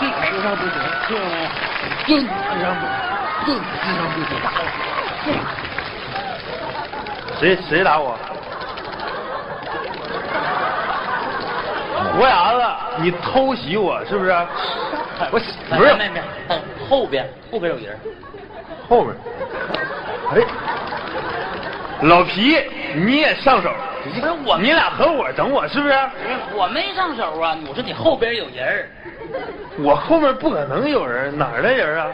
这和尚不行，知道吗？这和尚不，这和尚不行，打我！谁谁打我？伯牙子，你偷袭我是不是？我 不是没没没，后边后边有人。后面。哎，老皮，你也上手，不是我你俩合伙整我是不是？我没上手啊！我说你后边有人。我后面不可能有人，哪儿的人啊？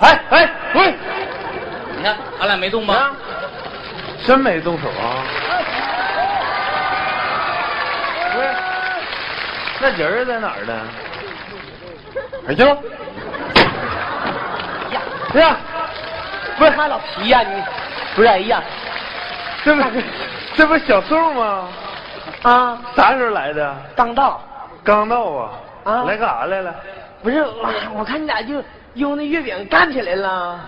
哎哎喂，你看，俺俩没动吧？真没啊动手啊？不是，那人儿在哪儿呢？哎呦，不是，不是老皮呀、你，不是哎呀，这不是这不是小宋吗？啊，啥时候来的？刚到，刚到啊。啊来干啥来了？不是我，我看你俩就悠那月饼干起来了。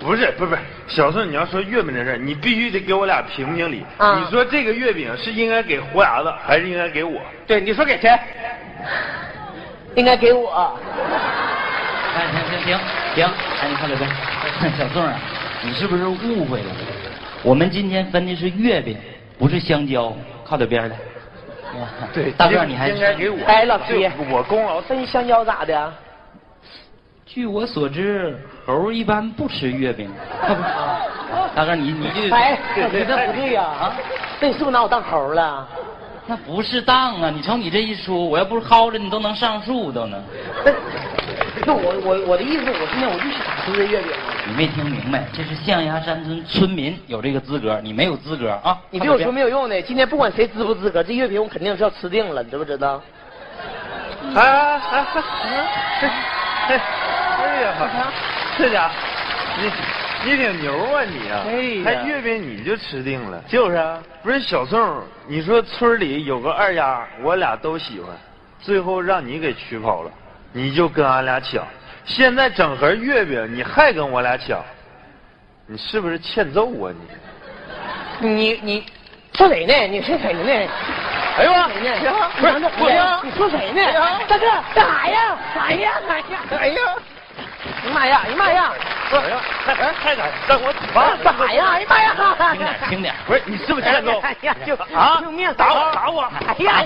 不是，不是，不是，小宋，你要说月饼这事儿，你必须得给我俩评评理。啊你说这个月饼是应该给胡牙子，还是应该给我？对，你说给谁？应该给我，哎，行行行行，哎，你看这边， 小宋啊，你是不是误会了？我们今天分的是月饼，不是香蕉。靠左边来。大哥，应你还应该给我。哎老皮对我功劳分香蕉咋的？据我所知，猴一般不吃月饼。 哎大哥，你你这哎，对我觉得不对呀、啊那你是不是拿我当猴了？那不适当啊！你瞅你这一说，我要不是薅着你都能上树都能。那哎那我我我的意思，我今天我就是想吃这月饼。啊你没听明白，这是象牙山村村民有这个资格，你没有资格啊！你对我说没有用的，今天不管谁资不资格，这月饼我肯定是要吃定了，你知不知道？哎哎哎哎哎哎！哎呀，这家伙，你你挺牛啊你啊！哎呀还月饼你就吃定了，就是啊。不是小宋，你说村里有个二丫，我俩都喜欢，最后让你给娶跑了，你就跟俺俩抢。现在整盒月饼，你还跟我俩抢，你是不是欠揍啊你？你你说谁呢？你说谁呢？哎呦我谁呢？不是不是，你哎说谁呢？大哥，干啥呀？哎呀，哎呀，哎呀！哎呀妈呀！哎呀妈呀！哎呀，还还还敢让我怎干啥呀？哎呀妈呀！听点听 点，不是你是不是欠揍？哎呀，救啊！救命！打我！打我！哎呀！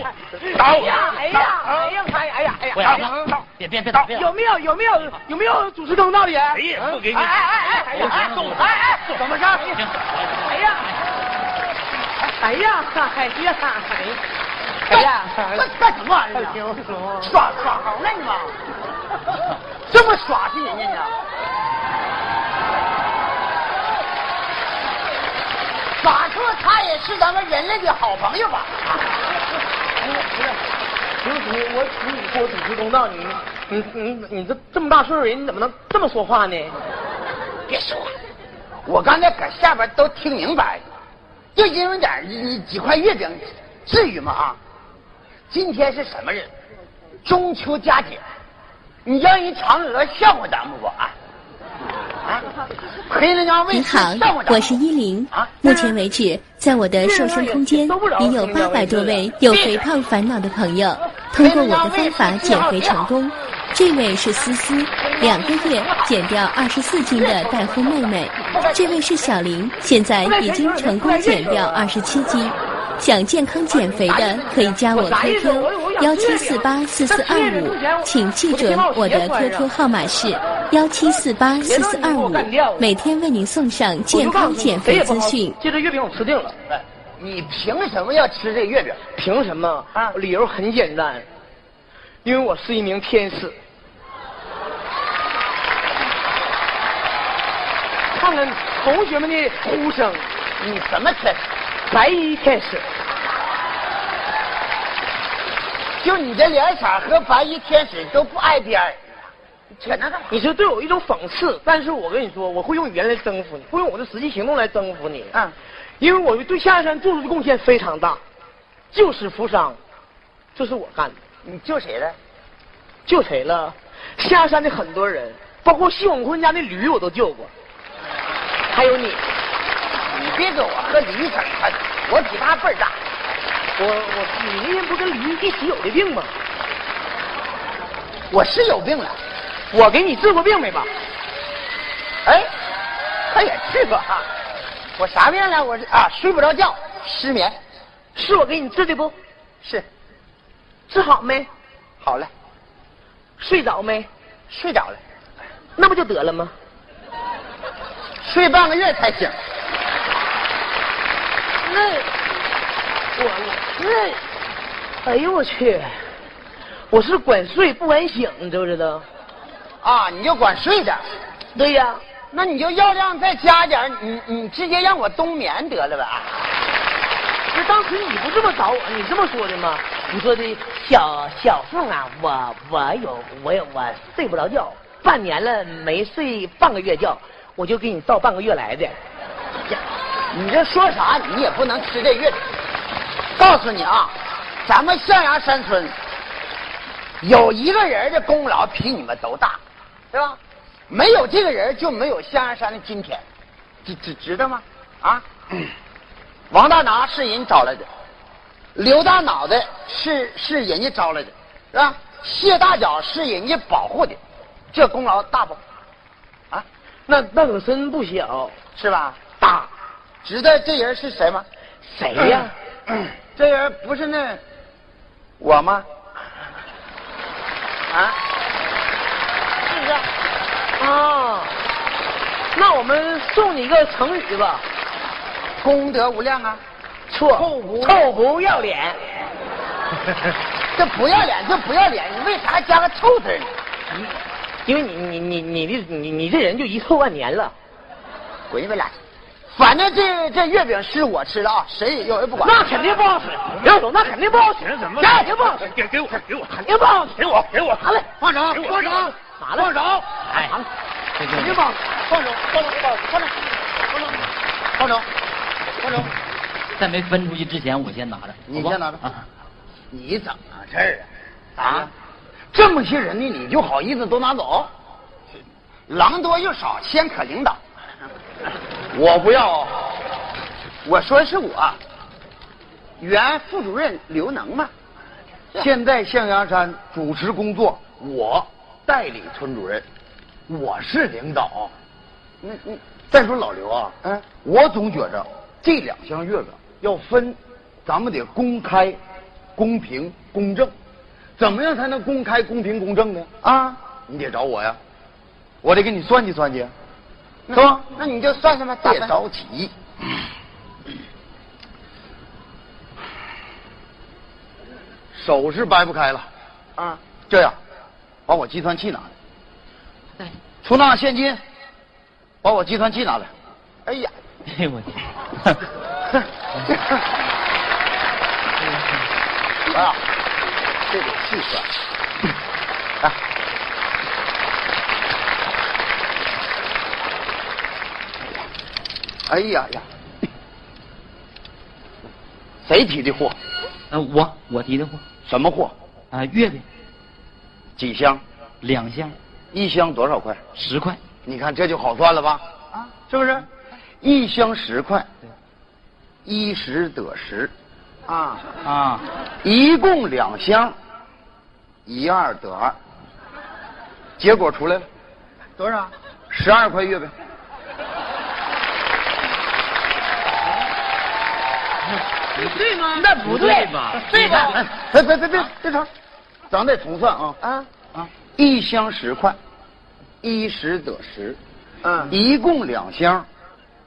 打哎我！呀！哎呀！哎呀！哎呀！哎呀！哎不呀！要别别别打！别打有没有有没有有没有主持公道的人？哎谁也不给哎你哎哎哎哎！哎哎，怎么着？哎呀！哎呀！哎呀！哎呀！干干什么玩意儿？耍耍猴呢你们？这么耍是人家呢？咋说他也是咱们人类的好朋友吧？不是，不是，我请你给我主持公道，你你你你这这么大岁数人，你怎么能这么说话呢？别说了，我刚才搁下边都听明白了，就因为点儿你你几块月饼，至于吗啊？今天是什么日？中秋佳节，你让人嫦娥笑话咱们不啊？啊，黑人家为您笑好话咱们，我是依林。目前为止，在我的瘦身空间已有八百多位有肥胖烦恼的朋友通过我的方法减肥成功。这位是思思，两个月减掉二十四斤的带货妹妹；这位是小林，现在已经成功减掉二十七斤。想健康减肥的可以加我 QQ 幺七四八四四二五，请记准我的 QQ 号码是幺七四八四四二五，每天为您送上健康减肥资讯。这这月饼我吃定了。你凭什么要吃这月饼？凭什么？啊理由很简单，因为我是一名天使。看看同学们的呼声，你什么吃？白衣天使。就你这脸色和白衣天使都不挨边儿，你扯那干嘛？你是对我一种讽刺，但是我跟你说，我会用语言来征服你，会用我的实际行动来征服你。嗯，因为我对象牙山做出的贡献非常大，救死扶伤，这是我干的。你救谁了？救谁了？象牙山的很多人，包括谢永坤家的驴，我都救过。还有你，你别跟我和驴整他，我比他辈儿大。我我你那天不跟驴一起有的病吗？我是有病了，我给你治过病没吧？哎，他也治过啊。我啥病了？我是啊，睡不着觉，失眠，是我给你治的不？是，治好没？好了，睡着没？睡着了，那不就得了吗？睡半个月才醒。那我那，哎呦我去，我是管睡不管醒，你知不知道？啊，你就管睡点，对呀、那你就药量再加点儿，你你直接让我冬眠得了呗啊！那当时你不这么找我，你这么说的吗？你说的小小凤啊，我我有我有我睡不着觉，半年了没睡半个月觉，我就给你造半个月来的。呀你这说啥你也不能吃这月饼。告诉你啊，咱们象牙山村有一个人的功劳比你们都大，对吧？没有这个人就没有象牙山的今天，知知知道吗？啊，王大拿是人招来的，刘大脑袋是是人家招来的，是吧？谢大脚是人家保护的，这功劳大不？啊，那那可真不小，是吧？大知道这人是谁吗？谁哎呀、嗯这人不是那我吗？啊，是不是？啊，那我们送你一个成语吧，功德无量啊！错，臭不臭不要脸。这不要脸就不要脸，你为啥加个臭字呢？因为你你你你的你你这人就一臭万年了，滚你们俩去！反正这这月饼是我吃的啊，谁有人不管。那肯定不好使。刘总，那肯定不好使，怎么那肯定不好使，给给我给我肯定不好使。给我给我拿来，放手，放手，拿来，放手，哎，拿来，这你个就放手，放手，放手，放手，放手，放手，放手，在没分出去之前，我先拿着。你好吧先拿着啊 你怎么回事啊？啊，这么些人呢，你就好意思都拿走？狼多又少，先可领导。我不要，我说是我，原副主任刘能嘛。现在象牙山主持工作，我代理村主任，我是领导。嗯嗯，再说老刘啊，嗯，我总觉着这两箱月饼要分，咱们得公开、公平、公正。怎么样才能公开、公平、公正呢？啊，你得找我呀，我得给你算计算计，是吧？那你就算算吧，别着急。手是掰不开了，啊，这样，把我计算器拿来。出纳现金，把我计算器拿来。哎呀，哎呦我天！啊，这得计算。来，哎呀呀，谁提的货？ 呃，我我提的货什么货？啊，月饼几箱？两箱一箱多少块？十块，你看这就好算了吧？啊，是不是？一箱十块，一十得十，啊，啊，一共两箱，一二得二，结果出来了，多少？十二块月饼。对吗？那不对吧对吧？哎别别别别别吵，咱得重算啊！啊啊！一箱十块，一十得十，嗯，一共两箱，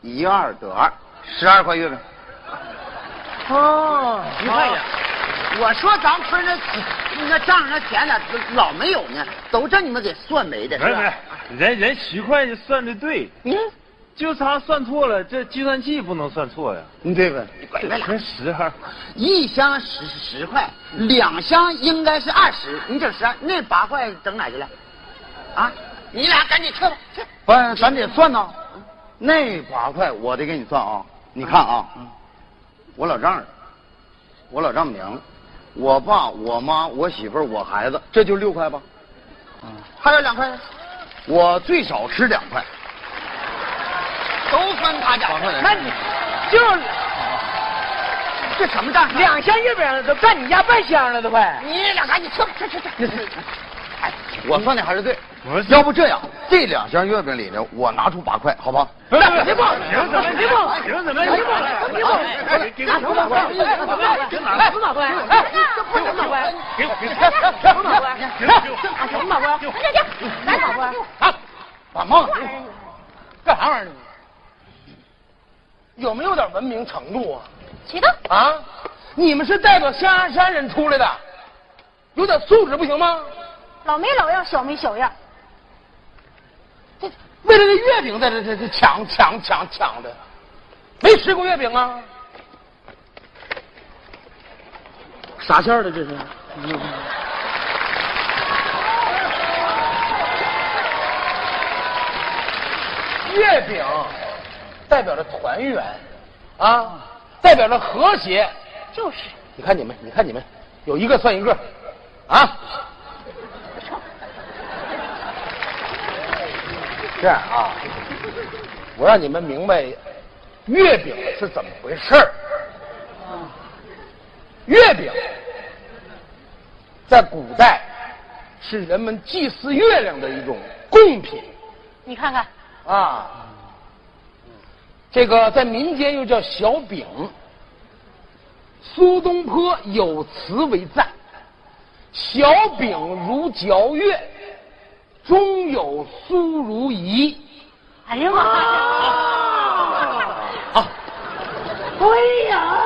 一二得二，十二块月饼。哦，你看呀，我说咱村那那账上那钱咋老没有呢？都这你们给算没的，没是没吧？，人人十块就算的对，嗯你就他算错了，这计算器不能算错呀。你嗯对吧？你管你们俩这十二，一箱十十块，两箱应该是二十，你整十二，那八块整哪去了？啊，你俩赶紧撤吧，撤。不，哎咱得算呐，那八块我得给你算啊。你看啊，我老丈人，我老丈母娘，我爸、我妈、我媳妇儿、我孩子，这就六块吧。嗯还有两块呢，我最少吃两块，都分他家。那你就这什么账？两箱月饼都干你家半箱了，都快。你俩赶紧撤，撤撤撤！哎，我算的还是对我。要不这样，这两箱月饼里呢，我拿出八块，好不好？不是那别报了，行怎么别报了，行怎么别报哎了，别哎报了哎哎哎给拿给出八块，给拿出八块，拿出八块，哎，这不能拿块，给我给拿出八块，拿给我给我拿什么宝贝？来来来，来宝贝。啊，把帽子给我，干啥玩意儿呢？有没有点文明程度啊？谁的？啊，你们是代表乡下人出来的，有点素质不行吗？老没老样，小没小样。这为了这月饼在这这这抢抢抢抢的，没吃过月饼啊？啥馅儿的这是？月饼代表着团圆，啊，代表着和谐。就是，你看你们，你看你们，有一个算一个，啊。这样啊，我让你们明白月饼是怎么回事儿。月饼在古代是人们祭祀月亮的一种贡品你看看，啊，这个在民间又叫小饼。苏东坡有词为赞：“小饼如嚼月，中有苏如意。哎呀妈！”哦啊，对呀，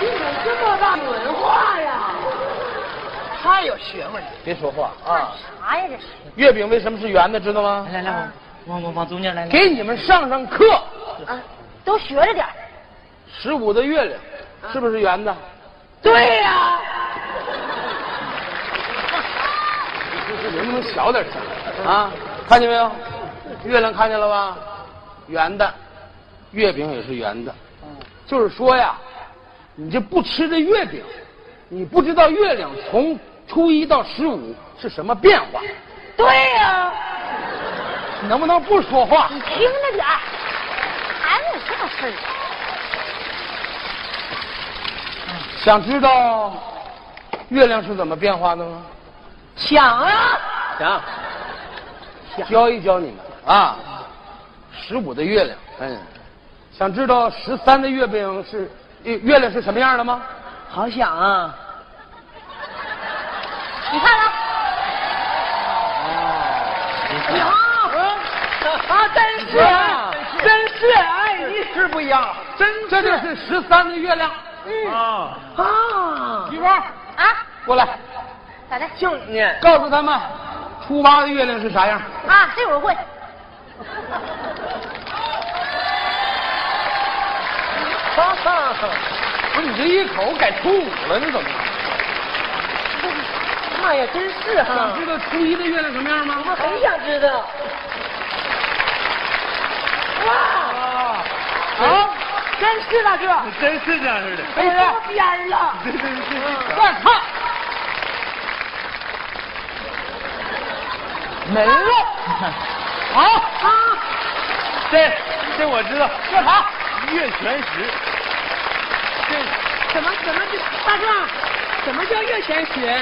你有这么大文化呀？太有学问了！ 别说话啊！啥哎呀这是？月饼为什么是圆的，知道吗？来来来，我往往往中间来来。给你们上上课。啊，都学着点儿。十五的月亮是不是圆的？对呀，你能不能小点声啊？看见没有？月亮看见了吧？圆的，月饼也是圆的。就是说呀，你这不吃这月饼，你不知道月亮从初一到十五是什么变化。对呀，你能不能不说话？你听着点儿，孩子有这种事儿？想知道月亮是怎么变化的吗？想啊，想，教一教你们啊。十五的月亮，嗯，想知道十三的月饼是月月亮是什么样的吗？好想啊。你看看，啊，真是，真是，哎，你是不一样真，这就是十三的月亮。啊！啊！媳妇儿，啊，过来，咋的？就你，告诉他们，初八的月亮是啥样。啊，这会儿会。不是你这一口改初五了，你怎么？妈呀，真是想哈！知道初一的月亮什么样吗？很想知道。哇，啊，真是大哥，真是这样似的，哎呀，中边了。这真是。再看，没了。好啊，这这我知道，这啥？月全食，怎么怎么就大壮，怎么叫月全食？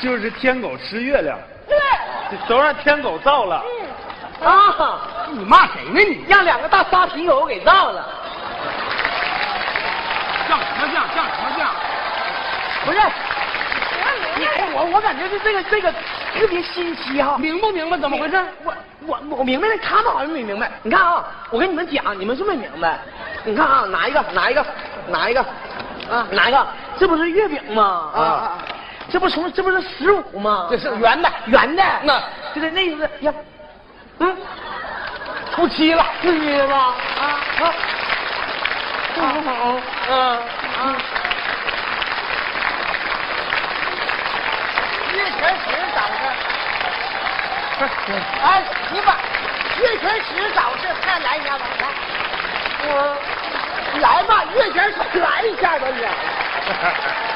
就就是天狗吃月亮。对，都让天狗造了。啊，你骂谁呢你？让两个大沙皮狗给造了，像什么像？像什么像？不是？你哎，我我感觉这这个这个特别新奇哈、明不明白怎么回事？我我我明白了，他们好像没明白。你看啊，我跟你们讲，你们是没明白。你看啊，拿一个，拿一个，拿一个，啊，拿一个，这不是月饼吗？啊这不从这不是十五吗？这是圆的圆的。那这个那个呀，嗯，初七了。是这个吧？啊啊，啊好好好，嗯。月全食咋回事？哎，你把月全食咋回事？再来一下吧，来。我来吧，月全食来一下吧你。